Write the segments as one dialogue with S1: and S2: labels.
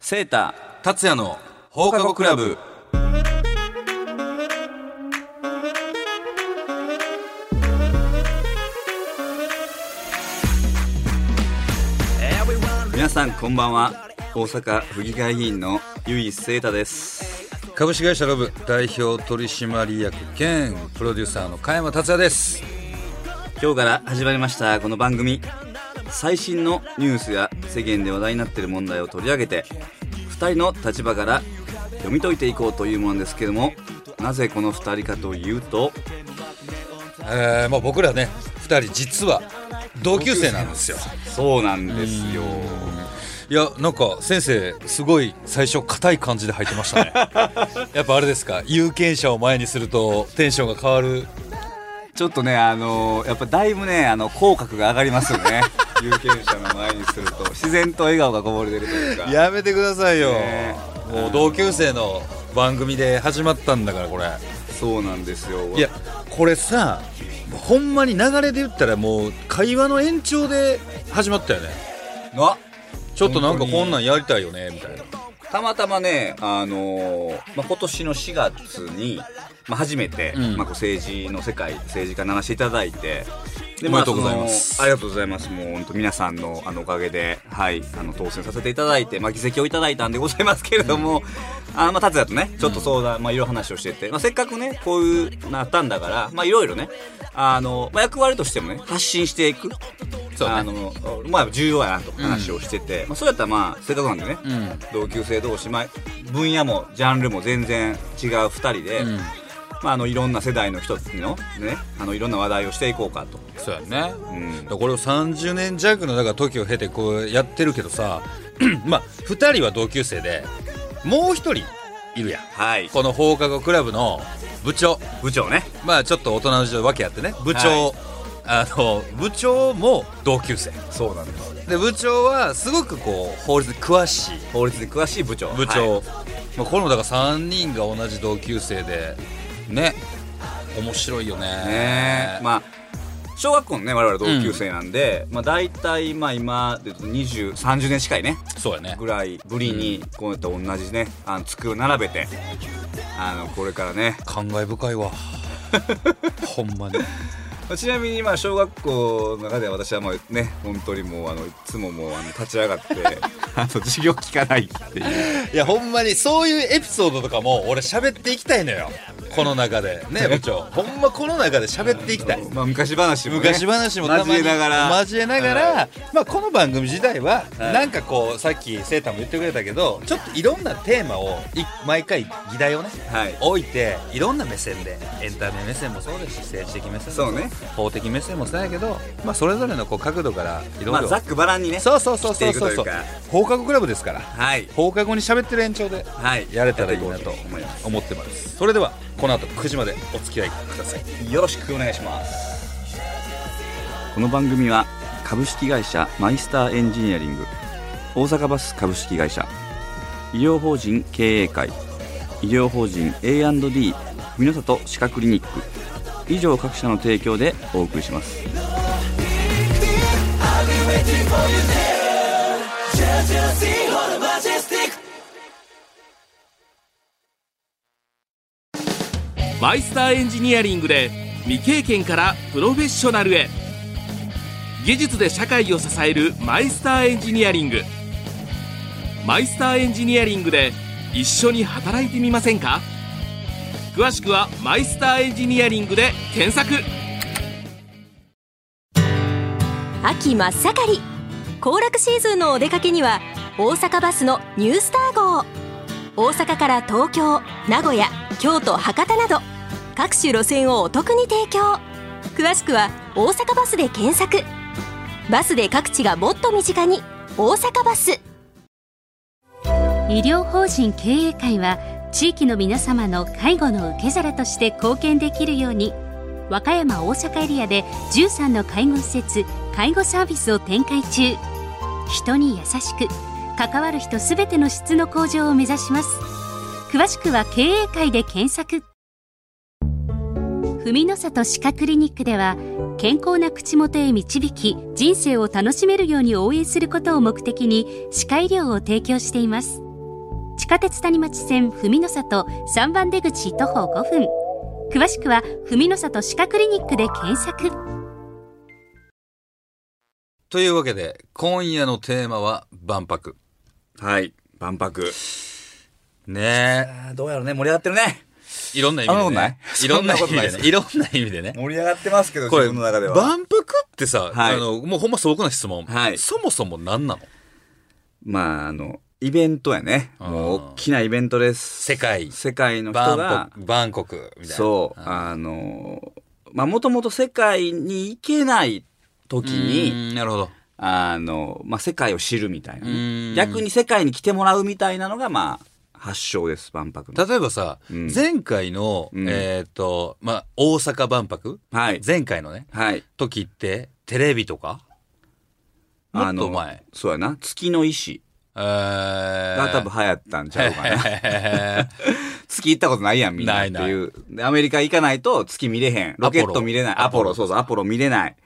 S1: セータ達也の放課後クラブ皆さんこんばんは大阪府議会議員の由井聖太です
S2: 株式会社ロブ代表取締役兼プロデューサーの加山達也です
S1: 今日から始まりましたこの番組最新のニュースや世間で話題になっている問題を取り上げて2人の立場から読み解いていこうというものですけどもなぜこの2人かというと
S2: えー、もう僕らね2人実は同級生なんですよ
S1: そうなんですよ
S2: いやなんか先生すごい最初硬い感じで入ってま したねやっぱあれですか有権者を前にするとテンションが変わる
S1: ちょっとねあのーやっぱだいぶねあの口角が上がりますよ ね有権者の前にすると自然と笑顔がこぼれ出るというか
S2: やめてくださいよ
S1: ね
S2: もう同級生の番組で始まったんだからこれ
S1: そうなんですよ
S2: いやこれさほんまに流れで言ったらもう会話の延長で始まったよね
S1: あ
S2: ちょっとなんかこんなんやりたいよねみたいな
S1: たまたまね、あのーまあ、今年の4月に、まあ、初めて、
S2: うん
S1: まあ、こう政治の世界政治家にならせていただいて
S2: おめでとうございます
S1: そのありがとうございますもう本当皆さんのあのおかげで、はい、あの当選させていただいて、まあ、議席をいただいたんでございますけれども、あーまあ達也とねちょっと相談、まあ、いろいろ話をしてて、まあ、せっかくねこういうなったんだから、まあ、いろいろねあの、まあ、役割としてもね発信していく
S2: そうね
S1: あのまあ重要やなと話をしてて、まあ、そうやったらまあせっかくなんでね、
S2: うん
S1: 同級生同士、まあ、分野もジャンルも全然違う2人で、
S2: うん
S1: まあ、あのいろんな世代の人の、ね、あのいろんな話題をしていこうかと。
S2: そうやね、
S1: うん
S2: だからこれを30年弱のだから時を経てこうやってるけどさ まあ2人は同級生でもう1人いるやん
S1: はい、
S2: この放課後クラブの部長
S1: 部長ね
S2: まあちょっと大人の事情わけあってね部長、あの部長も同級生
S1: そうなんです
S2: で部長はすごくこう法律に詳しい
S1: 法律に詳しい部長
S2: 部
S1: は
S2: 長、
S1: い
S2: まあ、これもだから3人が同じ同級生でね面白いよね
S1: ねえまあ小学校のね我々同級生なんで、まあ、大体まあ今で言うと2030年近いね
S2: そうやね
S1: ぐらいぶりにこうやって同じねあの机を並べてあのこれからね
S2: 感慨深 いわほんまに
S1: ちなみにまあ小学校の中では私はもうね本当にもうあのいつももうあの立ち上がって あの授業聞かないっていう
S2: いやほんまにそういうエピソードとかも俺喋っていきたいのよこの中でね部長ほんまこの中で喋っていきたい
S1: まあ昔話も、ね、
S2: 昔話もたまに
S1: 交えながら
S2: 交えながら、
S1: は
S2: まあ、この番組自体は、
S1: はい
S2: なんかこうさっきセータも言ってくれたけどちょっといろんなテーマをい毎回議題をね、
S1: はい
S2: 置いていろんな目線でエンタメ目線もそうですし政治的目線も
S1: そうね
S2: 法的目線もそうやけど、まあ、それぞれのこう角度からいろいろ、
S1: まあざっくばらんにね
S2: そうそうそうそうそう
S1: 切っていく
S2: そう
S1: というか
S2: 放課後クラブですから
S1: はい
S2: 放課後に喋ってる延長で
S1: はい
S2: やれたらいいな
S1: やって
S2: と
S1: こう思います
S2: 思ってますそれではこの後9時までお付き合いください
S1: よろしくお願いしますこの番組は株式会社マイスターエンジニアリング大阪バス株式会社医療法人経営会医療法人 A&D 文の里歯科クリニック以上各社の提供でお送りします
S3: マイスターエンジニアリングで未経験からプロフェッショナルへ技術で社会を支えるマイスターエンジニアリングマイスターエンジニアリングで一緒に働いてみませんか詳しくは「マイスターエンジニアリング」で検索
S4: 秋真っ盛り行楽シーズンのお出かけには大阪バスのニュースター号大阪から東京名古屋京都博多など各種路線をお得に提供詳しくは「大阪バス」で検索バスで各地がもっと身近に「大阪バス」
S5: 医療法人経営会は地域の皆様の介護の受け皿として貢献できるように和歌山大阪エリアで13の介護施設介護サービスを展開中人に優しく関わる人すべての質の向上を目指します詳しくは経営会で検索文の里歯科クリニックでは健康な口元へ導き人生を楽しめるように応援することを目的に歯科医療を提供しています地下鉄谷町線文の里3番出口徒歩5分詳しくは文の里歯科クリニックで検索
S2: というわけで、今夜のテーマは万博。
S1: はい。万博。
S2: ね
S1: あーどうやろうね、盛り上がってるね。
S2: え。いろんな意味
S1: あ
S2: で
S1: んな
S2: ね。
S1: ことない
S2: いろんな意
S1: そんなこ
S2: 味で
S1: とない
S2: ね。いろんな意味でね。
S1: 盛り上がってますけど、
S2: これ、
S1: 自分の中では。
S2: 万博ってさ、
S1: はい
S2: あの、もうほんま素朴な質問。
S1: はい
S2: そもそも何なの
S1: まあ、あの、イベントやね。もう大きなイベントです。
S2: 世界、
S1: 世界の人
S2: バ
S1: が
S2: ン、コク、バンコク、みたいな。
S1: そう、あの、まあ、もともと世界に行けない時
S2: う
S1: に、
S2: んなるほど。
S1: あの、まあ、世界を知るみたいなね、
S2: うん
S1: 逆に世界に来てもらうみたいなのが、まあ、発祥です、万博の。
S2: 例えばさ、
S1: うん
S2: 前回の、
S1: うん
S2: えっ、と、まあ、大阪万博、
S1: はい。
S2: 前回のね、
S1: はい。
S2: 時って、テレビとかもっと前。
S1: そうやな。月の石
S2: えー
S1: が多 分流行ったんちゃうかな。
S2: へ
S1: 月行ったことないやん、みんなっていう。
S2: ない
S1: でアメリカ行かないと月見れへん。ロケッ
S2: アポ
S1: ト
S2: ロ
S1: 見れない。ア
S2: ア
S1: ポ
S2: ポ
S1: ロ、
S2: ロ
S1: そうそう、アポロ見れない。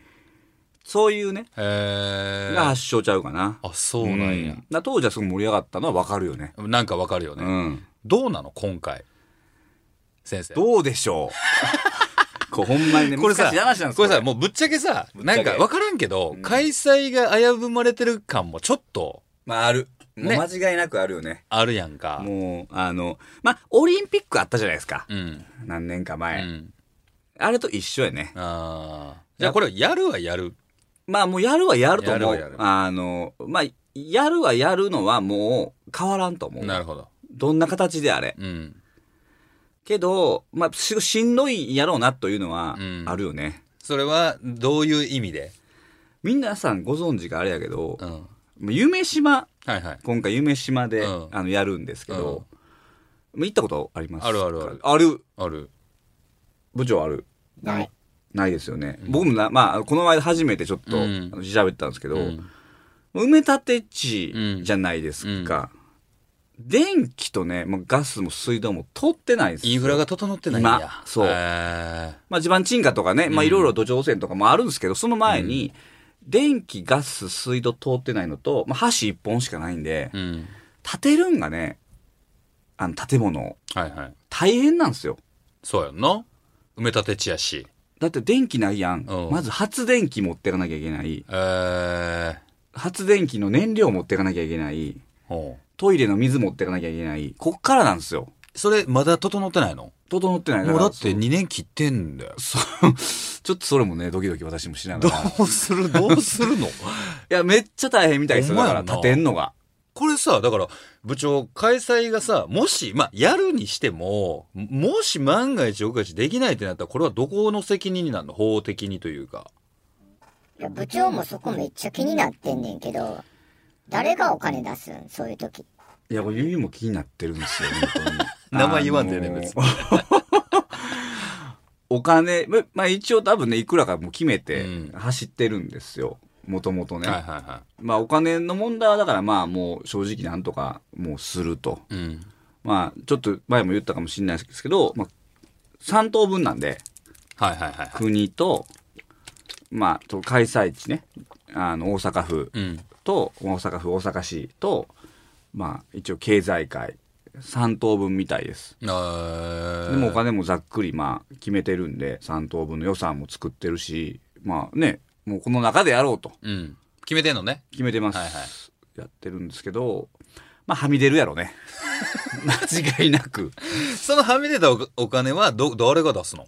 S1: そういうね、
S2: ーへ
S1: が
S2: ー
S1: 発祥ちゃうかな。
S2: あ、そうなんや
S1: だか。ら当時はすごい盛り上がったのはわかるよね。
S2: なんかわかるよ
S1: う
S2: ね。
S1: ん。
S2: どうなの今回。先生。
S1: どうでしょ うこれほんまにね、
S2: これさ
S1: 難しい話なんです、
S2: これさ、
S1: も
S2: もうぶっちゃけさ、
S1: っちゃ
S2: な
S1: け
S2: んかわからんけど、開催が危ぶまれてる感もちょっと
S1: まあ、ある。もう
S2: ね
S1: 間違いなくあるよね。
S2: あるやんか。
S1: もう、あの、まあ、オリンピックあったじゃないですか。
S2: うん。
S1: 何年か
S2: う
S1: 前。
S2: ん。
S1: あれと一緒やね。
S2: ああ。じゃあこれをやるはやる。
S1: まあもうやるはやると
S2: やる
S1: 思
S2: はや
S1: う
S2: る。
S1: あの、まあ、やるはやるのはもう変わらんと思う。
S2: なるほど。
S1: どんな形であれ。
S2: うん。
S1: けど、まあ、ししんどいやろうなというのは
S2: うん
S1: あるよね。
S2: それはどういう意味で
S1: 皆さんご存知があれやけど
S2: う、ん。
S1: まあ夢島、
S2: はいはい。
S1: 今回夢島で、
S2: うん
S1: あのやるんですけど、まあ行ったことあります
S2: あるあるある
S1: ある。
S2: ある。
S1: 部長ある。
S6: ない。
S1: ないですよね。僕もな、まあ、この前初めてちょっと、
S2: うん
S1: あの調べてたんですけど、
S2: うん
S1: 埋め立て地じゃないですか。電気とね、もうガスも水道も通ってないんですよ
S2: インフラが整ってないんや
S1: 今。そう
S2: へー
S1: まあ地盤沈下とかね、まあいろいろ土壌汚染とかもあるんですけど、その前に、電気、ガス、水道通ってないのと、まあ橋一本しかないんで、
S2: うん。
S1: 建てるんがね、あの建物を
S2: はいはい。
S1: 大変なんですよ。
S2: そうやんな。埋め立て地やし。
S1: だって電気ないやん
S2: う。ん
S1: まず発電機持ってかなきゃいけない。
S2: えー。
S1: 発電機の燃料持ってかなきゃいけない。
S2: ほう
S1: トイレの水持ってかなきゃいけない。こっからなんですよ。
S2: それまだ整ってないの
S1: 整ってない
S2: もう
S1: から
S2: だって2年切ってんだよ。
S1: ちょっとそれもね、ドキドキ私もしなが
S2: ど
S1: ら。いう
S2: す るどうするの
S1: や、めっちゃ大変みたいですよ。
S2: ほん
S1: だ
S2: ま
S1: か
S2: や
S1: ら、
S2: な
S1: 立てんのが。
S2: これさ、だから、部長、開催がさ、もし、まあ、やるにしても、もし万が一、おかしできないってなったら、これはどこの責任になるの法的にというか。。
S6: いや、部長もそこめっちゃ気になってんねんけど、誰がお金出すんそういう時。
S1: いや、これ指も気になってるんですよ、本当に
S2: 名前言わんでええねん別に
S1: あのー お金、ま、まあ、一応多分ね、いくらかもう決めて
S2: うん
S1: 走ってるんですよ。もともとね。
S2: はいはいは
S1: まあ、お金の問題はだから、まあ、もう正直なんとか、もうすると。
S2: い。うん。
S1: まあ、ちょっと前も言ったかもしれないですけど、まあ、3等分なんで、
S2: はいはいはい。
S1: 国と、まあ、と開催地ね、あの、大阪府
S2: うん。
S1: と、大阪府、大阪市と、まあ、一応経済界、3等分みたいです。
S2: あー
S1: でもお金もざっくり、まあ、決めてるんで、3等分の予算も作ってるし、まあね、もうこの中でやろうと
S2: うん。決めてんのね。
S1: 決めてます。
S2: はいはい
S1: やってるんですけど、まあ、はみ出るやろね。 間違いなく。
S2: そのはみ出たおお金は、ど、誰が出すの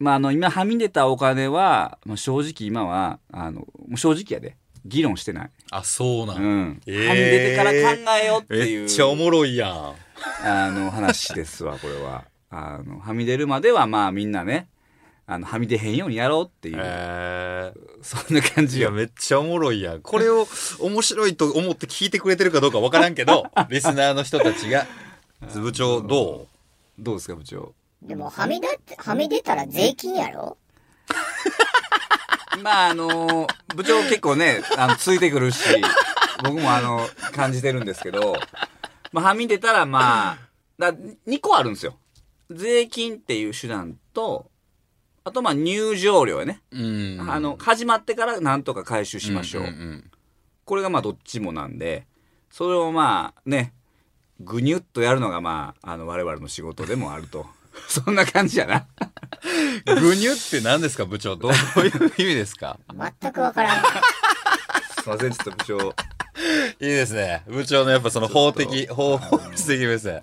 S1: まあ、あの、今、はみ出たお金は、まあ、正直今は、あの、もう正直やで。議論してない。
S2: あ、そうな。
S1: うんん。
S2: えー
S1: はみ出てから考えようっていう。
S2: めっちゃおもろいやん。
S1: あの話です わこれはあのはみ出るまではまあみんなねあのはみ出へんようにやろうっていう、
S2: え
S1: そんな感
S2: ー、
S1: じ
S2: いや、
S1: よ
S2: めっちゃおもろいやん。これを 面白いと思って聞いてくれてるかどうかわからんけ ど、リスナーの人たちが、ズ部長ど
S1: どうですか部長
S6: でも、はみ出て、はみ出たら税金やろ
S1: まああの部長結構ねあのついてくるし僕もあの感じてるんですけど、まあ、はみ出たらまあだ2個あるんですよ税金っていう手段とあとまあ入場料やね、
S2: ううん
S1: あの始まってからなんとか回収しましょう、
S2: んんん
S1: これがまあどっちもなんで、それをまあね、ぐにゅっとやるのがまああの我々の仕事でもあると そんな感じやな
S2: ぐにゅって何ですか部長どういう意味ですか
S6: 全くわからん。
S1: すいませんちょっと部長
S2: いいですね部長のやっぱその法
S1: ち
S2: 的
S1: ょっと
S2: 法法律的ですね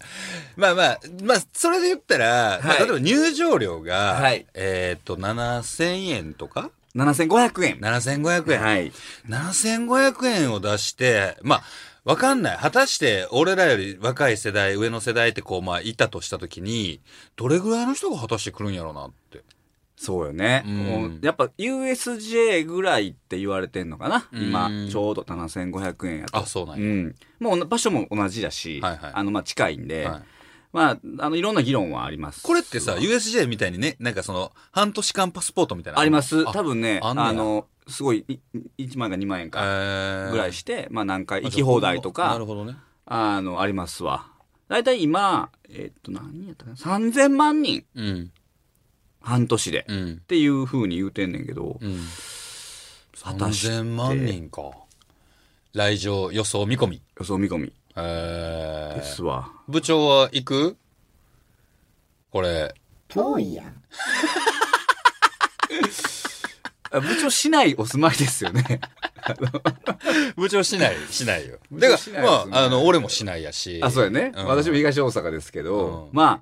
S2: まあまあまあそれで言ったら、まあ
S1: はい
S2: 例えば入場料が、
S1: はい
S2: えーっと7000円とか
S1: 7500円
S2: 7500円、
S1: はい
S2: 7500円を出して、まあ、わかんない。果たして、俺らより若い世代、上の世代ってこう、まあ、いたとしたときに、どれぐらいの人が果たして来るんやろうなって。
S1: そうよね、
S2: うん
S1: もうやっぱ USJ ぐらいって言われてんのかな、今
S2: うん
S1: ちょうど7500円やと
S2: あ、そうな
S1: う
S2: んや。
S1: ん、もう場所も同じだし、
S2: はいはい
S1: あのまあ近いんで、
S2: はい
S1: まああのいろんな議論はあります
S2: これってさ、USJ みたいにね、なんかその、半年間パスポートみたいなの
S1: あります
S2: あ
S1: 多分ね
S2: あ
S1: あ
S2: んねや
S1: のすごいい1万か2万円
S2: え
S1: か
S2: ー
S1: ぐらいして、まあ何回行き放題と
S2: な
S1: か
S2: るほどね。
S1: あのありますわ大体今えっと何やったかな3000万人
S2: うん。
S1: 半年で、
S2: う
S1: っ
S2: ん。
S1: ていうふうに言うてんねんけど、
S2: うん。
S1: 果たして
S2: 3000万人か。来場予想見込み。
S1: 予想見込み
S2: えー
S1: ですわ、
S2: 部長は行くこれ。
S6: 遠いやん。
S1: あ部長市内お住まいですよ ね
S2: 部長しない、しな いよ。
S1: 部
S2: だ
S1: 長
S2: か
S1: しない
S2: ら、
S1: で
S2: ます
S1: ね
S2: あ、あの、俺もしないやし。
S1: あそうやね、
S2: うん
S1: 私も東大阪ですけど、
S2: うん
S1: まあ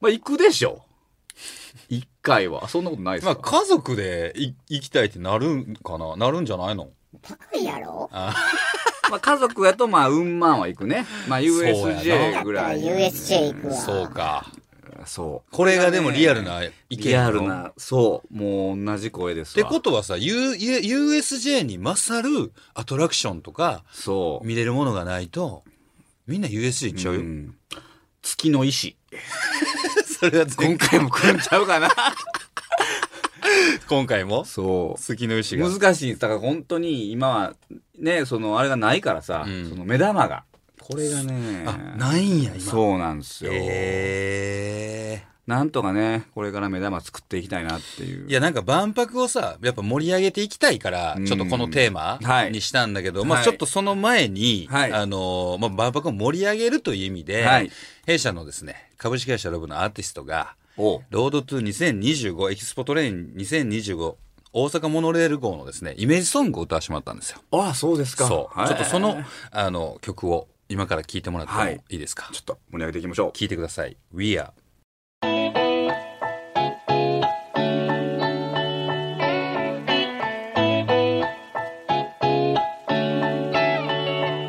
S1: まあ行くでしょ一回はそんなことないです
S2: まあ、
S1: か、
S2: 家族でい行きたいってなるんかななるんじゃないの
S6: 高いやろ
S1: まあ、家族やとまあうんまんは行くねまあ
S2: うやな
S1: USJ ぐ
S6: だからら
S1: い
S6: USJ 行くわ。
S2: そうか。
S1: そう
S2: これがでもリアルな意見
S1: リアル。なそうもう同じ声で
S2: っ
S1: す
S2: て
S1: わ
S2: ことはさ、U、U- USJ に勝るアトラクションとか
S1: そう
S2: 見れるものがないと、みんな USJ 行っちゃうよ。
S1: ん月の石
S2: それは
S1: 今回も来るんちゃうかな
S2: 今回 も
S1: そう
S2: 好きの牛が。
S1: 難しいだから本当に今はねそのあれがないからさ、
S2: うん
S1: その目玉がこれがね
S2: あ、ないんや、今。
S1: そうなんですよ、
S2: えー
S1: なんとかねこれから目玉作っていきたいなっていう
S2: いや、なんか万博をさ、やっぱ盛り上げていきたいから
S1: うん、
S2: ちょっとこのテーマ
S1: はい
S2: にしたんだけど、ま
S1: は
S2: あ
S1: い
S2: ちょっとその前に、
S1: はい
S2: あのー、まあ万博を盛り上げるという意味で、
S1: はい
S2: 弊社のですね、株式会社ロブのアーティストが、
S1: お
S2: ロードトゥ2025エキスポトレイン2025大阪モノレール号のですね、イメージソングを歌わしてもらったんですよ。
S1: あそうですか
S2: そう。
S1: はい
S2: ちょっとそ
S1: ち
S2: の、あの、曲を今から聴いてもらっても
S1: はい
S2: いいですか
S1: ょっと盛り上げていきましょう
S2: 聞いてください。We are.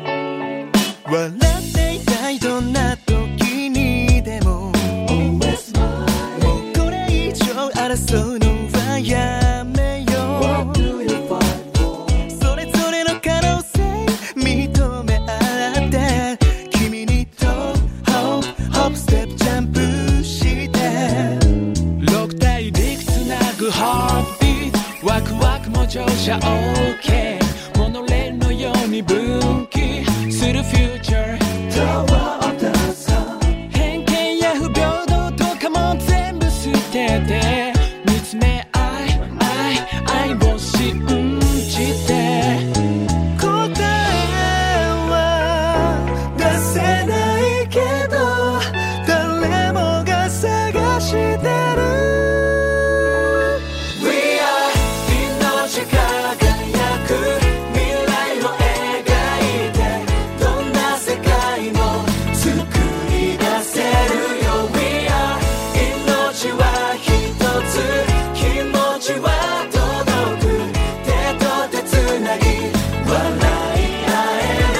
S7: 笑っていたいどんな時にでももうこれ以上争うのはやめようそれぞれの可能性認め合って君にとホップホップステップジャンプして六大陸つなぐホビーワクワクも乗車 OK モノレールのように分岐するフューチャー偏見や不平等とかも全部捨てて見つめ合い愛愛を信じて答えは出せないけど誰もが探してる We are 命が輝く未来を描いてどんな世界も作り出せるよ We are 命は一つ気持ちは届く手と手つなぎ笑い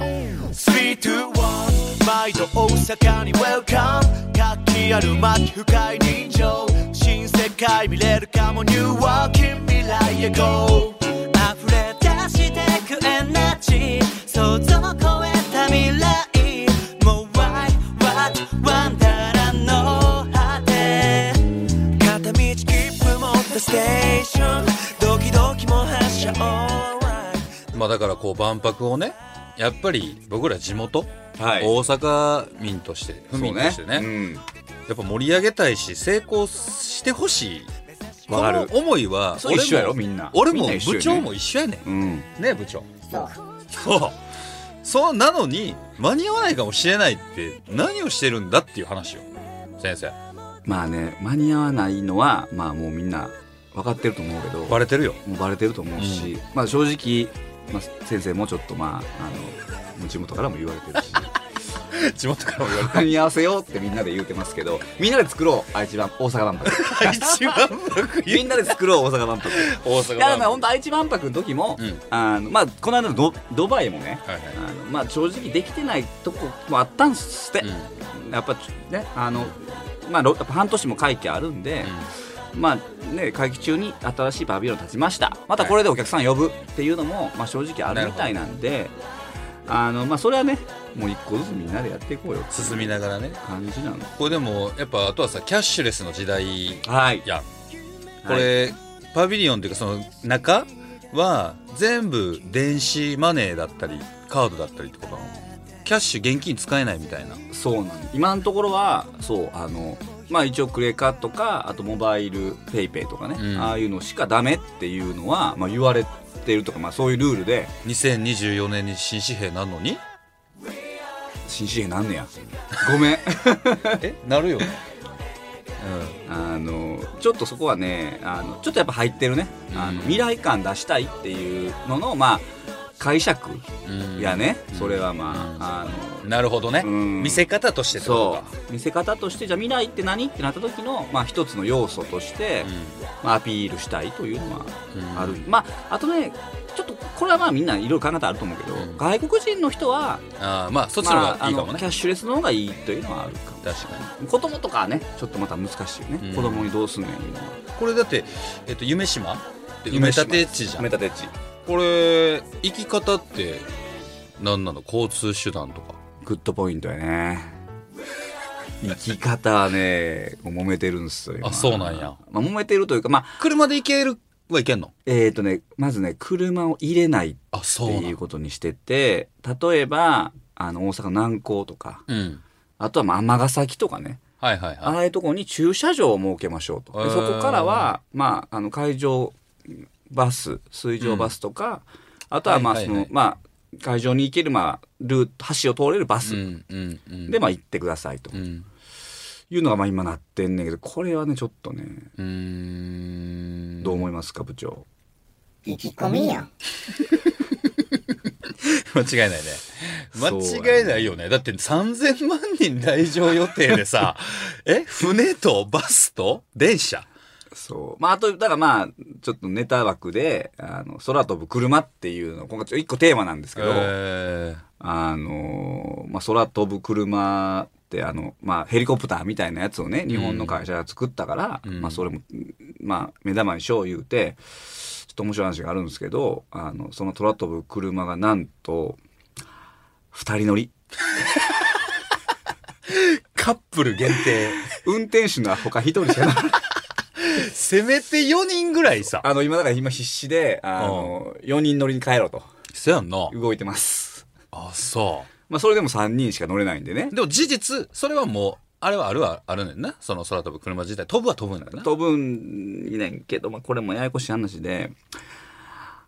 S7: 321毎度大阪に Welcome 活気ある街深い人情新世界見れるかもニューワーキン未来へ GO 溢れ出してくエナジー想像を超えた未来もう Why What Wonderland の果て
S2: まあだからこう万博をねやっぱり僕ら地元、
S1: はい
S2: 大阪民として府民としてね
S1: うん
S2: やっぱ盛り上げたいし成功してほしいこ
S1: わか
S2: の
S1: る
S2: 思いは
S1: そう一緒やろみんな
S2: 俺
S1: み
S2: も
S1: んな一緒よね
S2: 部長も一緒やね
S1: うん
S2: んね部長
S6: そう
S2: そうそうなのに間に合わないかもしれないって何をしてるんだっていう話よ先生
S1: まあね間に合わないのはまあもうみんな分かってると思うけど
S2: バレてるよ
S1: もうバレてると思うし、まあ正直、まあ、先生もちょっとまああの地元からも言われてるし
S2: 地元からも言われて
S1: 間に合わせようってみんなで言うてますけどみんなで作ろう愛知万大阪 万博
S2: 一番僕
S1: みんなで作ろう大阪万博
S2: 大阪
S1: いやまあ
S2: は
S1: 本当愛知万博の時も、
S2: うん
S1: あのまあこの間のドドバイもね
S2: いはい
S1: あのまあ正直できてないとこもあったんすって、やっぱねあのまあろやっぱ半年も会期あるんで、まあね、会期中に新しいパビリオン立ちましたまたこれでお客さん呼ぶっていうのも、まあ、正直あるみたいなんであの、まあ、それはねもう一個ずつみんなでやっていこうよっていう
S2: 進みながらね
S1: 感じなの
S2: これでもやっぱあとはさキャッシュレスの時代
S1: はい
S2: やんこれ、パビリオンっていうかその中は全部電子マネーだったりカードだったりってことなのキャッシュ現金使えないみたいな
S1: そうなの今のところはそうあのまあ一応クレカとかあとモバイルペイペイとかね、
S2: うん
S1: ああいうのしかダメっていうのは、まあ、言われてるとか、まあ、そういうルールで
S2: 2024年に新紙幣なのに
S1: 新紙幣なんねやごめん
S2: えなるよね
S1: あのちょっとそこはねあのちょっとやっぱ入ってるねあの、未来感出したいっていうののまあ解釈
S2: うん
S1: やね、それは
S2: う
S1: ま
S2: ん
S1: あ、あの
S2: なるほどね、
S1: うん
S2: 見せ方としてってこ
S1: そう見せ方としてじゃあ未来って何ってなった時の、まあ、一つの要素として、
S2: とか
S1: まあ、アピールしたいというのは
S2: うん
S1: ある、まああとねちょっとこれはまあみんないろいろ考え方あると思うけど、
S2: うん
S1: 外国人の人は、
S2: あーまあそっちの
S1: ま
S2: 方
S1: あ、
S2: が
S1: あ
S2: いいか
S1: の
S2: もね
S1: キャ、ッシュレスの方がいいというのはあるかも
S2: 確かに
S1: 子供とかはねちょっとまた難しいよね、
S2: うん
S1: 子供にどうすんのやいうのは
S2: これだって、えっと、夢島って埋め立て地じゃ
S1: 埋め
S2: ん
S1: 立て地
S2: これ行き方って何なの交通手段とか
S1: グッドポイントやね 生き方はねもう揉めてるんですよ今
S2: あそうなんや
S1: まあ、揉めてるというかまあ
S2: 車で行けるはいけんの
S1: えっ、とねまずね車を入れないっ
S2: あそ
S1: て
S2: うなん
S1: いうことにしてて例えばあの大阪南港とか
S2: うん
S1: あとはまあ尼崎とかね
S2: はいはい
S1: あ
S2: はい
S1: あいうところに駐車場を設けましょうと。で
S2: へー
S1: そこからは、まあ、あの、海上バス、水上バスとか、あとは、まあ、
S2: はい
S1: そ
S2: はいはい
S1: の、まあ、会場に行ける、まあ、ルート、橋を通れるバ
S2: う
S1: ス
S2: んうんうん
S1: で、まあ、行ってくださいと
S2: うん
S1: いうのが、まあ、今なってんねんけど、これはね、ちょっとね、
S2: うーん
S1: どう思いますか、部長。
S6: 意気込みやん
S2: 間違いないね
S1: そう
S2: 間違いないよねだって3000万人来場予定で さえ船とバスと電車
S1: そう。まあ、あと、だからまあ、ちょっとネタ枠で、あの、空飛ぶ車っていうの、今回ちょ、一個テーマなんですけど、
S2: え
S1: あのまあ、空飛ぶ車ってあの、まあ、ヘリコプターみたいなやつをね日本の会社が作ったから、
S2: うん
S1: まあ、それも、まあ、目玉にしよう言うてちょっと面白い話があるんですけどあのその空飛ぶ車がなんと2人乗り
S2: カップル限定
S1: 運転手のほか1人しかない
S2: せめて4人ぐらいさ
S1: あの今だから今必死であの、4人乗りに帰ろうと
S2: せやんな
S1: 動いてます。
S2: あそう
S1: まあ、それでも3人しか乗れないんでね
S2: でも事実、それはもう、あれはあるはあるねんな。その空飛ぶ車自体。飛ぶは飛ぶんだよな。
S1: 飛ぶんいねんけど、まあ、これもややこしい話で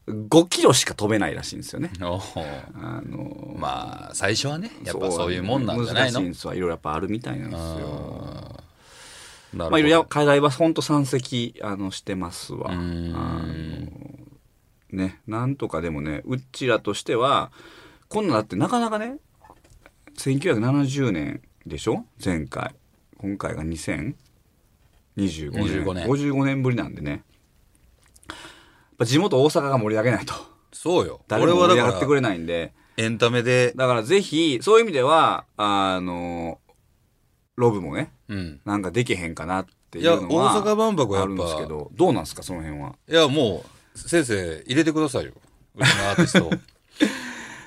S1: 5キロしか飛べないらしいんですよね。
S2: おー
S1: あの
S2: まあ、最初はね、やっぱそういうもんなんじゃない
S1: 難し
S2: の
S1: いんですわいろいろやっぱあるみたいなんですよ。
S2: なるほど
S1: まあ、いろいろ海外は本当山積あのしてますわ。
S2: うーん
S1: あのねなんとかでもねうちらとしてはこんなんだってなかなかね1970年でしょ前回今回が2025年
S2: 25年
S1: 55年ぶりなんでねやっぱ地元大阪が盛り上げないと
S2: そうよ。
S1: 誰も
S2: 俺
S1: 盛
S2: はだ
S1: り上がって
S2: か
S1: く
S2: ら、
S1: れないんで。
S2: エンタメで、
S1: だからぜひ、そういう意味では、あの、ロブもね、
S2: うん。
S1: なんかできへんかなってい
S2: いや
S1: うのは。
S2: 大阪万博はや
S1: あ
S2: っぱ
S1: るんですけど、どうなんですか、その辺は。
S2: いや、もう、先生、入れてくださいよ。うちのアーティストを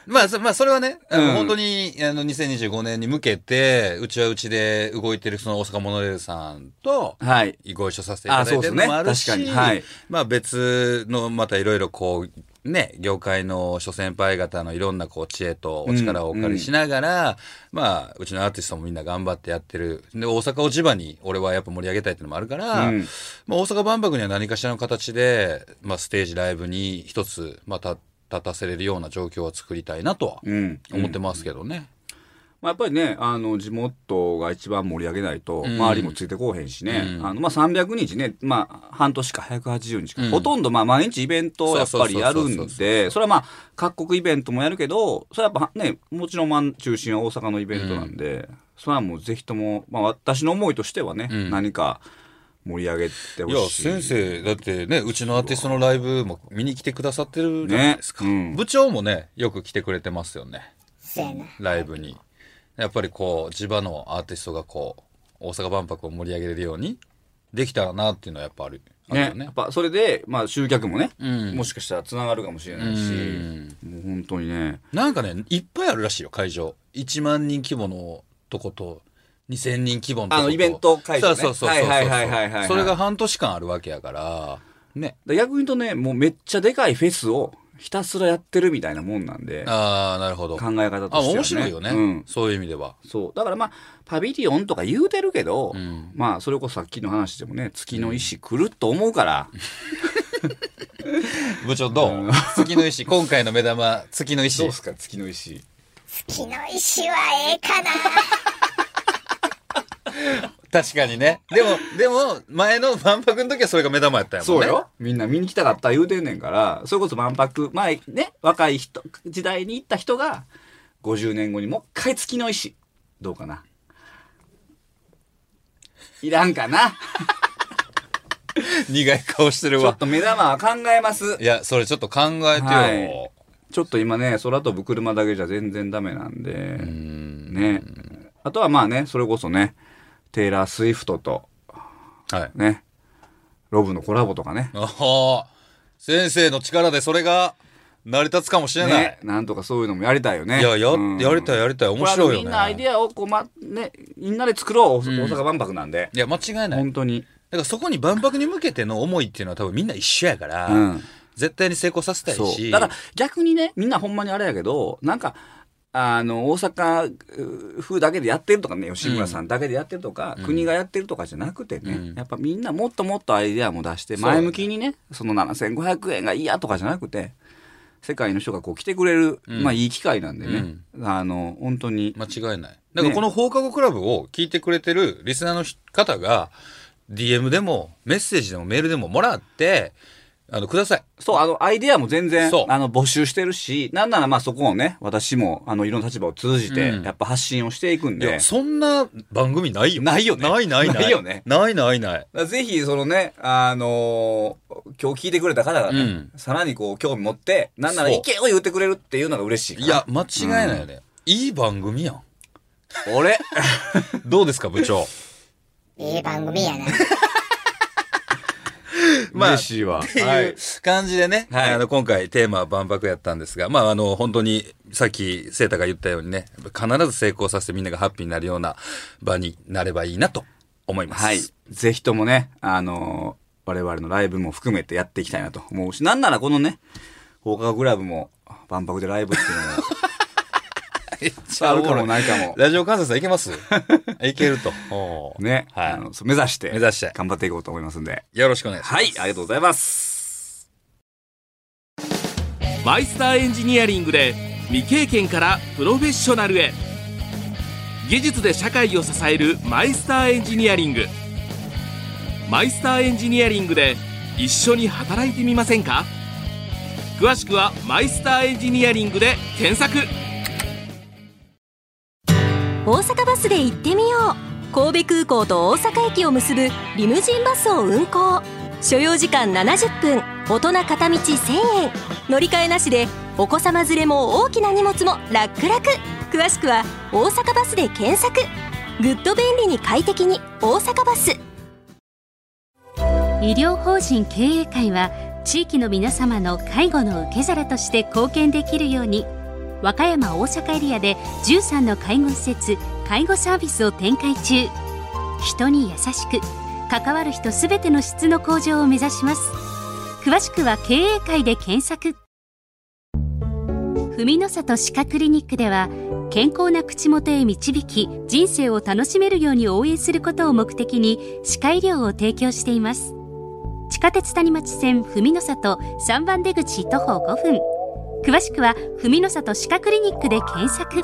S2: まあ、そまあ、それはね、あの
S1: うん
S2: 本当に、あの、2025年に向けて、うちはうちで動いてる、その大阪モノレールさんと、
S1: はい。
S2: ご一緒させていただいてるのもあるし、
S1: あそうですね確かにはい
S2: まあ別のまたいろいろこうね、業界の諸先輩方のいろんなこう知恵とお力をお借りしながら、まあ、うちのアーティストもみんな頑張ってやってる。で、大阪を地場に俺はやっぱ盛り上げたいっていうのもあるから、
S1: うん
S2: まあ、大阪万博には何かしらの形で、まあ、ステージライブに一つ、まあ、た立たせれるような状況を作りたいなとは
S1: うん
S2: 思ってますけどね。
S1: まあ、やっぱりねあの地元が一番盛り上げないと
S2: ん
S1: 周りもついてこうへんしね、
S2: うん
S1: あのまあ、300日ね、まあ、半年か180日か、
S2: うん
S1: ほとんどまあ毎日イベントをやっぱりやる
S2: そうそうそうそ
S1: ん
S2: うそ
S1: でそれはまあ各国イベントもやるけどそれはやっぱねもちろんまあ中心は大阪のイベントなんで、それはもうぜひとも、まあ、私の思いとしてはね、
S2: ん
S1: 何か盛り上げてほ
S2: いや、
S1: しい。
S2: 先生、だってね、うちのアーティストのライブも見に来てくださってるじゃないですか。
S1: ねうん
S2: 部長もね、よく来てくれてますよね。
S6: せやな。
S2: ライブに。やっぱりこう、地場のアーティストがこう、大阪万博を盛り上げれるように、できたらなっていうのはやっぱある。ある
S1: ね
S2: よ、
S1: やっぱそれで、まあ、集客もね、
S2: ん
S1: もしかしたらつながるかもしれないし、もう本当にね
S2: なんかね、いっぱいあるらしいよ、会場。1万人規模のとこと、2000人規模のとこと。
S1: あのイベント会場ね
S2: そうそうそう
S1: は
S2: そう。
S1: いはいはいはいはいはい
S2: それが半年間あるわけやから、ね。
S1: だから逆に言うとねもうめっちゃでかいフェスをひたすらやってるみたいなもんなんで
S2: ああ、なるほど。
S1: 考え方としてはね
S2: あ、面白いよね、
S1: うん
S2: そういう意味では。
S1: そうだからまあパビリオンとか言うてるけど、
S2: ん
S1: まあそれこそさっきの話でもね月の石来ると思うから、
S2: 部長どう、月の石、今回の目玉、月の石。
S1: どうすか月の石
S6: 月の石はええかな
S2: 確かにね。でも、でも、前の万博の時 はそれが目玉やったんやもん
S1: そう
S2: ね。
S1: よみんな見に来たかった言うてんねんからそれこそ万博前ね若い人時代に行った人が50年後にもう一回月の石どうかないらんかな
S2: 苦い顔してる
S1: ちょ
S2: わ
S1: っ。と目玉は考えます
S2: いや、それちょっと考えてよ。
S1: はいちょっと今ね、空飛ぶ車だけじゃ全然ダメなんで、ね。あとはまあね、それこそね、テイラー・スウィフトと、
S2: はい。
S1: ね、ロブのコラボとかね。
S2: ああ、先生の力でそれが成り立つかもしれない。
S1: ね、なんとかそういうのもやりたいよね。
S2: いや、や、
S1: うん
S2: やりたいやりたい。面
S1: こ
S2: 白
S1: れはみ
S2: いよね。
S1: んなアイデアをこう、ま、ね、みんなで作ろう、大阪万博なんで。
S2: いや、間違いない。だ
S1: 本当に。
S2: からそこに万博に向けての思いっていうのは多分みんな一緒やから、
S1: うん
S2: 絶対に成功させたい
S1: そう。
S2: し。
S1: だから逆にね、みんなほんまにあれやけど、なんか、あの、大阪う風だけでやってるとかね、吉村さんだけでやってるとか、国がやってるとかじゃなくてね、やっぱみんなもっともっとアイデアも出して、
S2: そうだね
S1: 前向きにね、その7500円がいいやとかじゃなくて、世界の人がこう来てくれる、まあいい機会なんでね、あの、本当に、
S2: 間違いない。だからこの放課後クラブを聞いてくれてるリスナーのひ方が、DM でも、メッセージでも、メールでももらって、あの、ください。
S1: そう、あの、アイデアも全然
S2: そう、
S1: あの、募集してるし、なんならまあそこをね、私も、あの、いろんな立場を通じて
S2: うん、
S1: やっぱ発信をしていくん
S2: い
S1: で。
S2: や、そんな番組ないよ。
S1: ないよね
S2: ないないない。
S1: ないよね
S2: ないないない。
S1: だからぜひ、そのね、あのー今日聞いてくれた方がね、
S2: うん
S1: さらにこう、興味持って、なんなら
S2: そう
S1: 意見を言ってくれるっていうのが嬉しいかない
S2: や、、間違いないよね。いい番組やん。
S1: 俺、
S2: どうですか、部 長。
S6: ええ番組やな。
S2: まあ
S1: 嬉しいわ。
S2: っていう感じでね、
S1: はい
S2: あの今回テーマは万博やったんですが、まああの本当にさっきセータが言ったようにね、必ず成功させてみんながハッピーになるような場になればいいなと思います。
S1: はい。ぜひともね、あのー我々のライブも含めてやっていきたいなと思うし、なんならこのね、放課後クラブも、万博でライブっていう のも、あるかもないかも。
S2: ラジオ関西さんいけ ますいけると。おー
S1: ね、
S2: はい
S1: あのそう目指して、
S2: 目指して
S1: 頑張っていこうと思いますんで。
S2: よろしくお願いしま
S1: は
S2: す。
S1: い、ありがとうございます。
S3: マイスターエンジニアリングで未経験からプロフェッショナルへ技術で社会を支えるマイスターエンジニアリングマイスターエンジニアリングで一緒に働いてみませんか詳しくは「マイスターエンジニアリング」で検索
S4: 大阪バスで行ってみよう神戸空港と大阪駅を結ぶリムジンバスを運行所要時間70分大人片道1000円乗り換えなしでお子様連れも大きな荷物も楽々詳しくは「大阪バス」で検索グッド便利に快適に大阪バス
S5: 医療法人経営会は地域の皆様の介護の受け皿として貢献できるように和歌山大阪エリアで13の介護施設介護サービスを展開中人に優しく関わる人すべての質の向上を目指します詳しくは経営会で検索文の里歯科クリニックでは健康な口元へ導き人生を楽しめるように応援することを目的に歯科医療を提供しています地下鉄谷町線文の里3番出口徒歩5分詳しくは文の里歯科クリニックで検索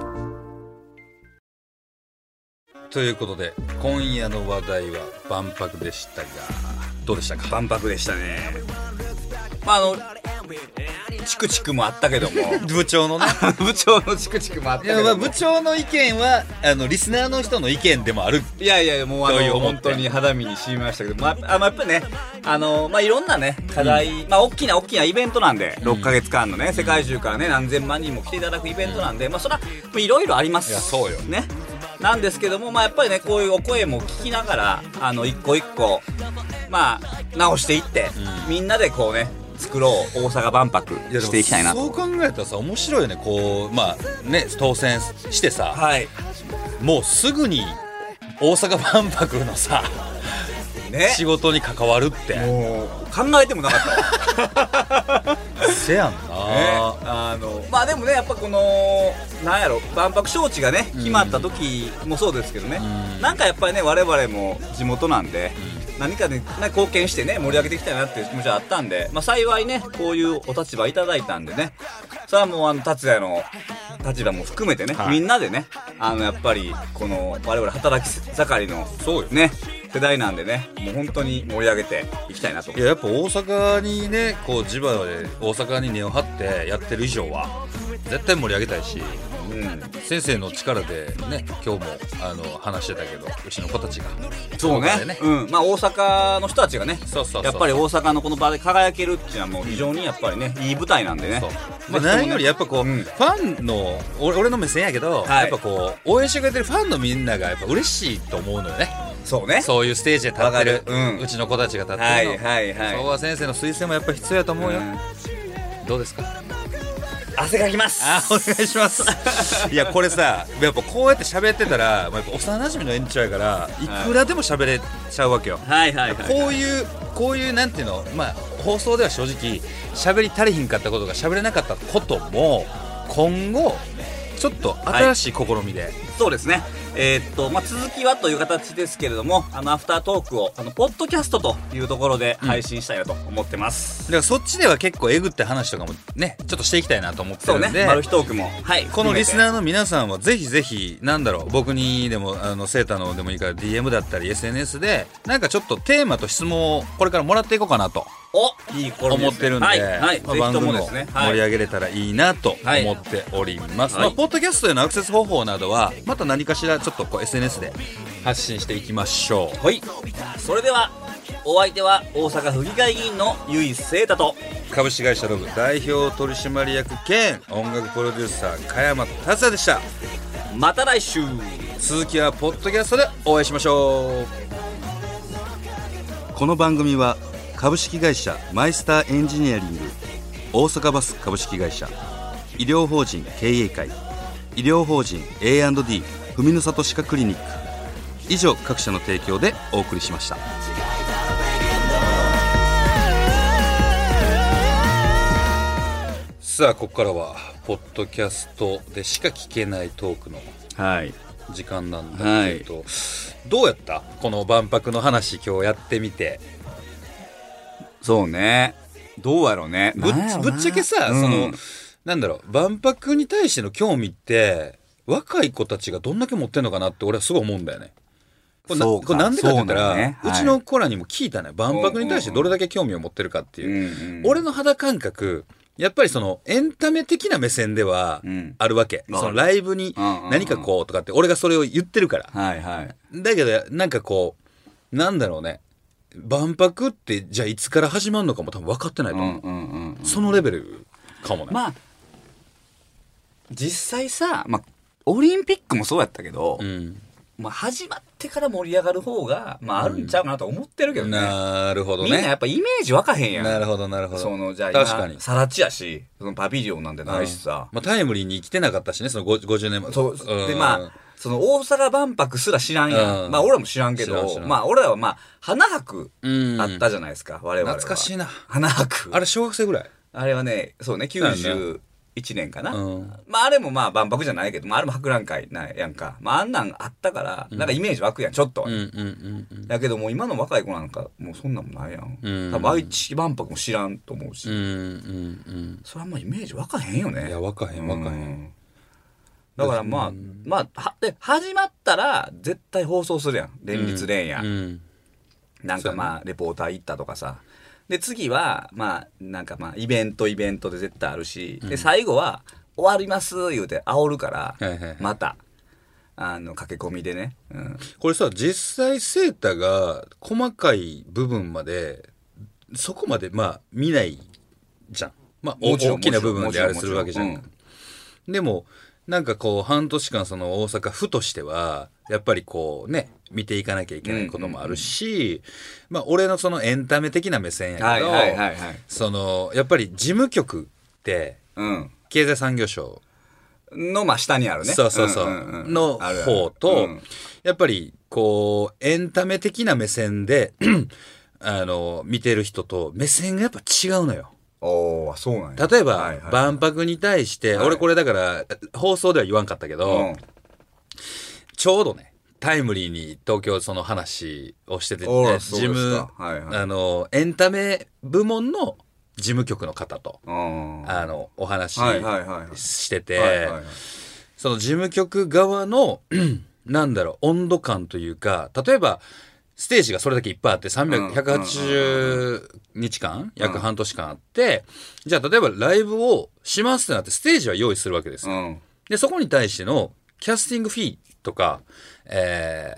S2: ということで今夜の話題は万博でしたがどうでしたか
S1: 万博でしたねまああのチクチクもあったけども
S2: 部長のね
S1: 部長のチクチクもあった
S2: い
S1: け
S2: やま
S1: ど
S2: あ
S1: も
S2: 部長の意見はあのリスナーの人の意見でもある
S1: いやいやもうあ
S2: どういう
S1: の
S2: 思って
S1: 本当に肌身に染みましたけど、まあ、あまあやっぱりねあの、まあ、いろんなね課題、まあ、大きな大きなイベントなんで、6か月間のね世界中からね何千万人も来ていただくイベントなんで、まあ、それはいろいろあります
S2: いやそうよ
S1: ねなんですけども、まあ、やっぱりねこういうお声も聞きながらあの一個一個、まあ、直していって、みんなでこうね作ろう大阪万博
S2: やでも
S1: していきたいな
S2: そう考えたらさ面白いよねこうまあね当選してさ、
S1: はい
S2: もうすぐに大阪万博のさ
S1: ね
S2: 仕事に関わるって
S1: もう考えてもなかったわ
S2: せやんな、
S1: あのまあでもねやっぱこのなんやろ万博招致がね決まった時もそうですけどね、
S2: うん
S1: なんかやっぱりね我々も地元なんで、何かねな貢献してね盛り上げていきたいなっていう気持ちはあったんで、まあ、幸いねこういうお立場いただいたんでねそれはもうあの達也の立場も含めてね、
S2: はい
S1: みんなでねあのやっぱりこの我々働き盛りの
S2: そうよ
S1: ね世代なんでねもう本当に盛り上げていきたいなと
S2: いややっぱ大阪にねこう地場で大阪に根を張ってやってる以上は絶対盛り上げたいし
S1: うん、
S2: 先生の力でね今日もあの話してたけどうちの子たちが
S1: そう
S2: 福岡
S1: ね
S2: でね
S1: うんまあ、大阪の人たちがね
S2: そうそうそう
S1: やっぱり大阪のこの場で輝けるっていうのはもう非常にやっぱりねいい舞台なんでね
S2: そう
S1: ぜ
S2: ま
S1: ひとも
S2: あ、
S1: ね
S2: 何よりやっぱこ
S1: う
S2: う、
S1: ん
S2: ファンの俺俺の目線やけど、
S1: はい
S2: やっぱこう応援してくれてるファンのみんながやっぱ嬉しいと思うのよね
S1: そうね
S2: そういうステージで立って
S1: わ
S2: る
S1: かるうん
S2: うちの子たちが立ってるの、
S1: はいはいはい
S2: 昭和先生の推薦もやっぱ必要やと思うよ、
S1: うん
S2: どうですか
S1: 汗かきます
S2: あお願いします いやこれさやっぱこうやって喋ってたら、まあ、やっぱ幼馴染の延長やからいくらでも喋れちゃうわけよ、
S1: はいはいはい
S2: こういうこういうなんていうのまあ放送では正直喋り足りひんかったことが喋れなかったことも今後ちょっと新しい試みで、
S1: そうですねえーっと、まあ、続きはという形ですけれどもあのアフタートークをあのポッドキャストというところで配信したいなと思ってます、
S2: だからそっちでは結構えぐって話とかもねちょっとしていきたいなと思って
S1: そう
S2: るん
S1: ね
S2: で、
S1: マルヒトークもはい
S2: このリスナ
S1: ー
S2: ーの皆さんはぜひぜひなんだろう僕にでもあのセーターのでもいいから DM だったり SNS でなんかちょっとテーマと質問をこれからもらっていこうかなと
S1: おいい試みですね
S2: 思ってるんで、
S1: はい、はい、
S2: まあ
S1: ぜひ
S2: 番
S1: と
S2: 組
S1: も
S2: も
S1: ですね、は
S2: 盛り上げれたらいいなと
S1: はい
S2: 思っております、
S1: はい
S2: まあ、ポッドキャストへのアクセス方法などはまた何かしらちょっとこう SNS で発信していきましょう
S1: はいそれではお相手は大阪府議会議員の結井聖太と
S2: 株式会社ロブ代表取締役兼音楽プロデューサー加山達也でした
S1: また来週
S2: 続きはポッドキャストでお会いしましょう
S8: この番組は株式会社マイスターエンジニアリング大阪バス株式会社医療法人経営会医療法人 A&D 文の里歯科クリニック以上各社の提供でお送りしました。
S2: さあここからはポッドキャストでしか聞けないトークの
S1: はい
S2: 時間なんだけど、どうやったこの万博の話今日やってみて
S1: そうねどうやろうね
S2: ぶっ
S1: なんやろな
S2: ぶっちゃけさ、
S1: うん
S2: そのなんだろう万博に対しての興味って若い子たちがどんだけ持ってんのかなって俺はすごい思うんだよね。これな
S1: そう
S2: こ
S1: か
S2: れなんでかって言った
S1: そうなん
S2: らう,、
S1: だねはいう
S2: ちの子らにも聞いたね万博に対してどれだけ興味を持ってるかっていう、
S1: うんうん
S2: 俺の肌感覚やっぱりそのエンタメ的な目線では
S1: うん
S2: あるわけ、
S1: わか
S2: そ
S1: る
S2: のライブに
S1: うんうんうん
S2: 何かこうとかって俺がそれを言ってるから、
S1: はいはい
S2: だけどなんかこうなんだろうね万博ってじゃあいつから始まるのかも多分分かってないと
S1: う
S2: 思う、
S1: んうんうん
S2: そのレベルかもね。
S1: まあ実際さ、まあ、オリンピックもそうやったけど、
S2: うん、
S1: まあ、始まってから盛り上がる方が、まあ、あるんちゃうかなと思ってるけどね、
S2: なるほど
S1: みんなや
S2: ね
S1: っ。ぱイメージわかへんやん
S2: なるほどなるほど。
S1: そのじゃあ今
S2: 確かに。
S1: さら地やしそのパビリオンなんてないしさ、
S2: まあ、タイムリーに生きてなかったしねそのご50年前。
S1: そう、
S2: ん
S1: でまあその大阪万博すら知らんやん、
S2: うん
S1: まあ俺らも知らんけ
S2: 知らん知
S1: ど
S2: らん
S1: まあ俺らはまあ花博
S2: うん
S1: あったじゃないですか、我々は
S2: 懐かしいな
S1: 花博
S2: あれ小学生ぐらい
S1: あれはねそうね
S2: そうやん
S1: 90 1年かな、
S2: うん
S1: まああれもまあ万博じゃないけど、まああれも博覧会なんやんか。まああんなんあったから、なんかイメージ湧くやん、ちょっとは。
S2: うんうんうん
S1: だけどもう今の若い子なんかもうそんなんもないやん。
S2: うん
S1: 多分愛知万博も知らんと思うし。
S2: うんうんうん
S1: それはまあイメージ湧かへんよね。
S2: いやわかへんわかへん
S1: だからまあ、まあ、は、で、始まったら、絶対放送するやん。連日連夜。
S2: うん
S1: なんかまあ、レポーター行ったとかさ。で、次は、まあ、なんかまあ、イベントイベントで絶対あるし、で、最後は、終わります、言うて煽るか
S2: はいはいはい
S1: ら、また、あの、駆け込みでね。うん。
S2: これさ実際セータが細かい部分までそこまでまあ見ないじゃんまあ
S1: もちろん
S2: 大きな部分
S1: もち
S2: で
S1: ろん
S2: あれするわけじゃん
S1: もちろん
S2: でもなんかこう半年間その大阪府としてはやっぱりこうね見ていかなきゃいけないこともあるし、まあ俺のそのエンタメ的な目線やけど、
S1: はいはいはいはい。
S2: そのやっぱり事務局って
S1: うん。
S2: 経済産業省
S1: の、まあ、下にあるね。
S2: そうそうそう。
S1: んんん
S2: の
S1: あるある
S2: 方と、
S1: うん
S2: やっぱり、こう、エンタメ的な目線で、 あの、見てる人と、目線がやっぱ違うのよ。
S1: おー、そうなんや。
S2: 例えば、
S1: はいはい
S2: 万博に対して、
S1: はい
S2: 俺これだから、放送では言わんかったけど、
S1: うん
S2: ちょうどね、タイムリーに東京その話をしてて、
S1: お
S2: 事
S1: らそうです
S2: 務
S1: か、はいはい
S2: あの、エンタメ部門の事務局の方と、
S1: うん
S2: あの、お話
S1: はいはいはいはい
S2: して
S1: はい
S2: て
S1: はいはい、
S2: その事務局側の、 うんなんだろう、温度感というか、例えば、ステージがそれだけいっぱいあって、
S1: うんうん
S2: 380日間、約半年間あって、じゃあ例えばライブをしますってなって、ステージは用意するわけですよ。
S1: うん
S2: で、そこに対してのキャスティングフィーとか、え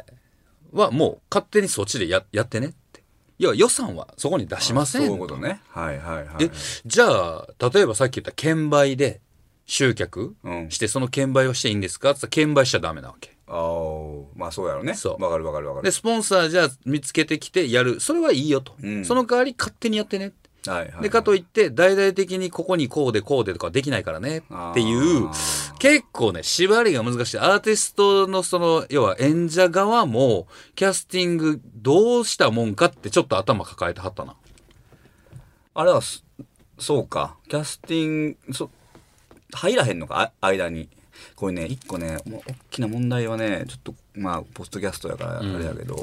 S2: ーはもう勝手にそっちでややってねって。いや、予算はそこに出しません
S1: そういうことね。はいはいはい。
S2: で、じゃあ、例えばさっき言った券売で集客
S1: うん
S2: して、その券売はしていいんですかって言ったら券売しちゃダメなわけ。
S1: あーまあそうやろね。
S2: そう
S1: わかるわかるわか
S2: で、
S1: る。
S2: スポンサーじゃあ見つけてきてやる。それはいいよと。
S1: うん
S2: その代わり勝手にやってねって。
S1: はいはい。
S2: で、かといって、大々的にここにこうでこうでとかできないからねっていう
S1: あ、
S2: 結構ね、縛りが難しい。アーティストのその、要は演者側も、キャスティングどうしたもんかってちょっと頭抱えてはったな。
S1: あれはす、そうか。キャスティング、そ、入らへんのか、あ間に。これね、一個ね、もう大きな問題はね、ちょっと、まあ、ポストキャストやから、あれやけど、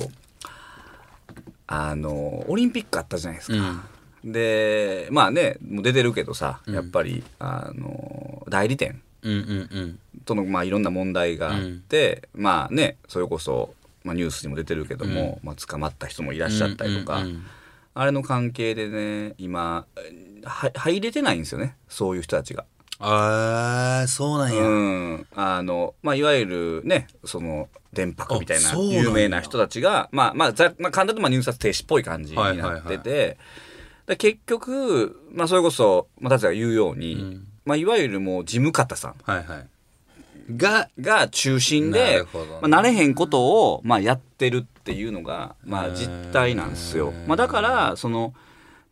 S1: あの、オリンピックあったじゃないですか。で、まあね、もう出てるけどさ、やっぱり、あの、代理店。
S2: うんうんうん。
S1: との、まあ、いろんな問題があって、まあねそれこそ、まあ、ニュースにも出てるけども、まあ、捕まった人もいらっしゃったりとか、
S2: うんうんうん
S1: あれの関係でね今は入れてないんですよねそういう人たちが。
S2: あー、そうなんや。
S1: うん、あの、まあ、いわゆるね、その、電波みたい
S2: あ
S1: な
S2: そうなんや
S1: 有名な人たちが、まあ、まあ、ざまあ、簡単にまあ入札停止っぽい感じになってて、
S2: はいはい
S1: で結局、まあ、それこそ、まあ、達也が言うように、
S2: ん
S1: まあ、いわゆるもう事務方さん
S2: はいはい。が、
S1: が中心
S2: な
S1: で
S2: るほどね、
S1: まあ、慣れへんことを、まあ、やってるっていうのが、まあ、実態なんですよ。まあ、だからその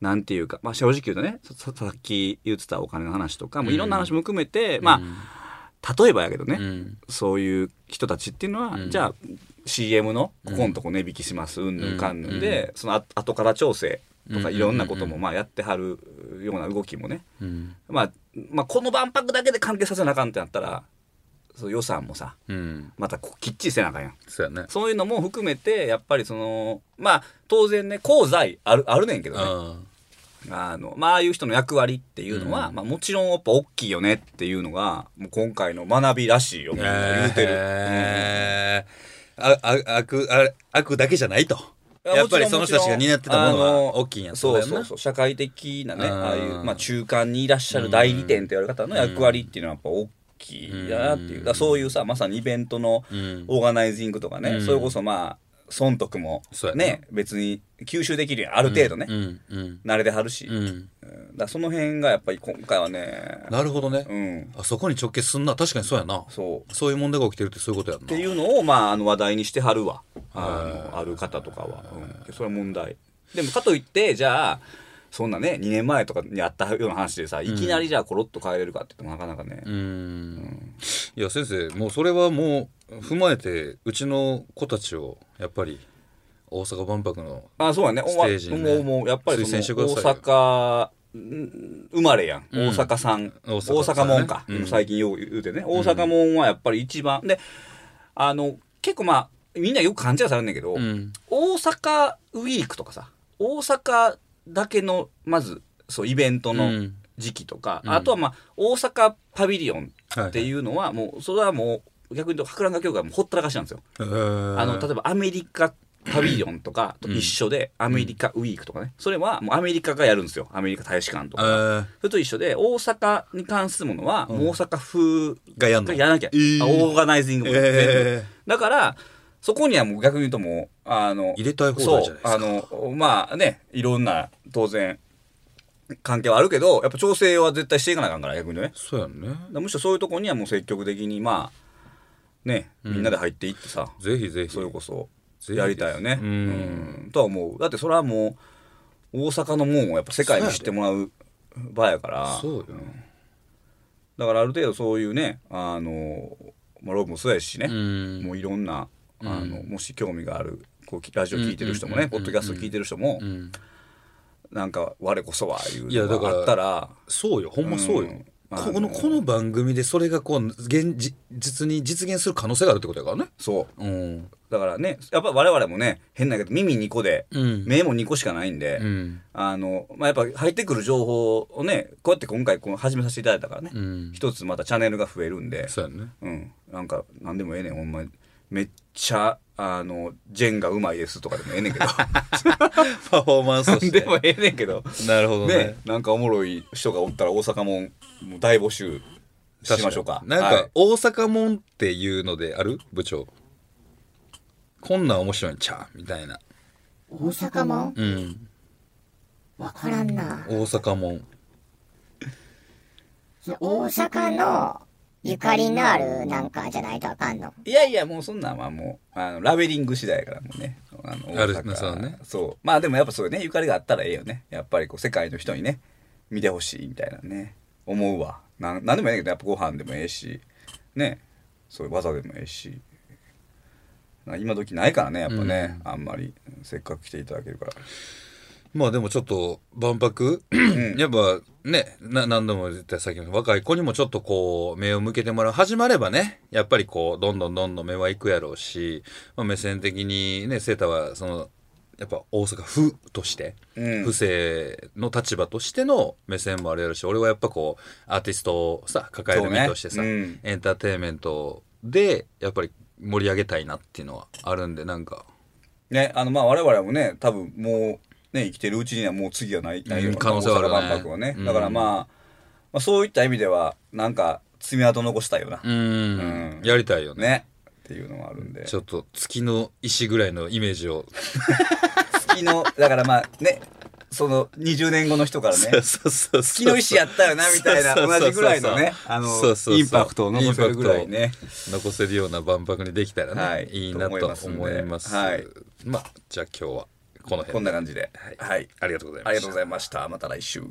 S1: なんていうか、まあ、正直言うとねさささっき言ってたお金の話とかもいろんな話も含めて、まあ、例えばやけどね、
S2: ん
S1: そういう人たちっていうのは、じゃあ CM のここんとこ値引きしますうんぬんかんぬんで、そのあ後から調整とかいろんなこともまあやってはるような動きもね、
S2: うん。
S1: まあ、まあこの万博だけで関係させなあかんってなったらその予算もさ
S2: うん。
S1: またこうきっちりせなあかんやん。
S2: そうやね。
S1: そういうのも含めてやっぱりそのまあ当然ね功罪あるあるねんけどね
S2: あ
S1: あの、まあ、ああいう人の役割っていうのは、まあ、もちろんやっぱ大きいよねっていうのがもう今回の学びらしいよみんな言うてる。
S2: えーあ、あ、悪、あ、悪だけじゃないと。
S1: い
S2: やっ
S1: もち
S2: ぱ
S1: ろ
S2: り
S1: ん
S2: その人たちが担ってたもの
S1: あ
S2: は
S1: の
S2: 大きいんや
S1: そう
S2: やん
S1: そ
S2: な
S1: うそう社会的なね
S2: うん
S1: ああいう、まあ、中間にいらっしゃる代理店って言われる方の役割っていうのはやっぱ大きいやなっていうだからそういうさまさにイベントの
S2: ん
S1: オーガナイジングとかね、
S2: ん
S1: それこそまあ損得も
S2: そうやな
S1: ね別に吸収できるやんある程度ね、
S2: うん、うん。
S1: 慣れてはるし、
S2: う
S1: うんだか
S2: ん。
S1: らその辺がやっぱり今回はね
S2: なるほどね。
S1: うん
S2: あそこに直結すんな。確かにそうやな。
S1: そう
S2: そういう問題が起きてるってそういうことやん
S1: っ
S2: な。
S1: ていうのを、まあ、あの話題にしてはるわあのある方とかは、うん、それは問題でもかといってじゃあそんなね2年前とかにあったような話でさいきなりじゃあコロッと変えれるかって言ってもなかなかね、
S2: うーんいや先生もうそれはもう踏まえてうちの子たちをやっぱり大阪万博の
S1: あそうやねお
S2: ステージにね
S1: もうもうやっぱりそ
S2: 推薦してく
S1: の
S2: だ
S1: 大
S2: さいよ
S1: 阪生まれやん。
S2: うん
S1: 大阪さん。
S2: 大
S1: 大
S2: 阪さんね
S1: 阪門か。
S2: うん
S1: 最近よう言うてね。大阪門はやっぱり一番。で、あの、結構まあ、みんなよく勘違いされるんだけど、
S2: うん。
S1: 大阪ウィークとかさ、大阪だけの、まず、そう、イベント
S2: こ
S1: の時期とか、
S2: うん
S1: あとはまあ、大阪パビリオン
S2: っ
S1: って
S2: う
S1: いうのは、もう、それはもう、逆に言うと博覧会協会はもうほったらかしなんですよ。
S2: ん。
S1: あの例えばアメリカパビリオンとかと一緒で、アメリカウィークとかねそれはもうアメリカがやるんですよアメリカ大使館とか、
S2: ば、
S1: それと一緒で大阪に関するものは、もう大阪風
S2: がやんの
S1: がやらなきゃ、
S2: えー
S1: あオーガナイジングも全部、
S2: え
S1: だからそこにはもう逆に言うともうあの
S2: 入れたい放題じゃないですか
S1: そうあのまあねいろんな当然関係はあるけどやっぱ調整は絶対していかなあかんから逆に言うとね
S2: そうやんね。
S1: だからむしろそういうとこにはもう積極的にまあねみんなで入っていってさ、
S2: ぜひぜひ。
S1: それこそ
S2: ぜひ
S1: やりたいよね。
S2: う
S1: うんんとは思うだってそれはもう大阪の門をやっぱ世界に知ってもらう場やから
S2: そうよ。
S1: だからある程度そういうねあの、まあ、ローブもそうやしね
S2: う、ん。
S1: もういろんなあのもし興味があるこうきラジオ聞いてる人も
S2: うんうんうんう
S1: ね
S2: ん
S1: ポッドキャスト聞いてる人も、
S2: うん
S1: なんか「我こそは」いう
S2: いやだ
S1: の
S2: か
S1: が
S2: ら
S1: あったら
S2: そうよ。ほんまそう
S1: う
S2: よ
S1: ん。
S2: ここの、この番組でそれがこう、現実、実に実現する可能性があるってことやからね。
S1: そう
S2: うん。
S1: だからねやっぱ我々もね変だけど耳2個で、
S2: うん
S1: 目も2個しかないんで。
S2: うん。
S1: あの、まあ、やっぱ入ってくる情報をね、こうやって今回この始めさせていただいたからね
S2: う、ん。
S1: 一、つまたチャンネルが増えるんで、
S2: そうやんね。
S1: うん、なんか何でもええねん、ほんまに。めっちゃ、あの、ジェンがうまいですとかでもええねんけど、
S2: パフォーマンスと
S1: でもええねんけど、
S2: なるほど
S1: ねなんかおもろい人がおったら大阪ももう大募集しましょうか。
S2: なん
S1: は
S2: か
S1: い、
S2: 大阪もんっていうのである部長。こんなん面白いんちゃうみたいな。
S6: 大阪もん
S2: うん。
S6: わからんな。
S2: 大阪もん。
S6: 大阪のゆかりのあるなんかじゃないとあかんの。
S1: いやいや、もうそんなんはもう、あのラベリング次第やからもうね。あの
S2: あるそうね
S1: そう。まあでもやっぱそうね、ゆかりがあったらええよね。やっぱりこう、世界の人にね、見てほしいみたいなね、思うわ。なんなんでもええけど、やっぱご飯でもええし、ね、そういう技でもええし。なんか今時ないからね、やっぱね、あんまり、せっかく来ていただけるから。
S2: まあでもちょっと 万博、やっぱね、な何度も言った先の若い子にもちょっとこう目を向けてもらう。始まればね、やっぱりこうどんどんどんどん目はいくやろうし、まあ、目線的にね、セータはその、やっぱ大阪府として、
S1: うん
S2: 府政の立場としての目線もあるやろうし、俺はやっぱこうアーティストをさ、抱える身としてさ、
S1: そうねうん
S2: エンターテインメントでやっぱり盛り上げたいなっていうのはあるんで、なんか、
S1: ね、あの、まあ我々もね、多分もう、ね、生きてるうちにはもう次はない、ないよう
S2: うん
S1: な
S2: 可能性はあるね
S1: 大阪万博はね。だから
S2: うん
S1: まあ、まあそういった意味では、なんか、爪痕残したいよな。
S2: うん
S1: うん、
S2: やりたいよね。
S1: ね。っていうのはあるんで。
S2: ちょっと月の石ぐらいのイメージを。
S1: 月の、だからまあね、その20年後の人からね、
S2: そうそうそう
S1: 月の石やったよな、みたいな、
S2: そうそうそう
S1: 同じぐらいのね、
S2: そう
S1: あの
S2: そうそうそう
S1: インパクトを残せるぐらいね。
S2: 残せるような万博にできたらね、
S1: はいい、
S2: いなと思います
S1: と思いますんではい
S2: まあじゃあ今日はこの辺
S1: こんな感じで。
S2: はい
S1: はい。
S2: ありがとうございました
S1: ありがとうございました。また来週。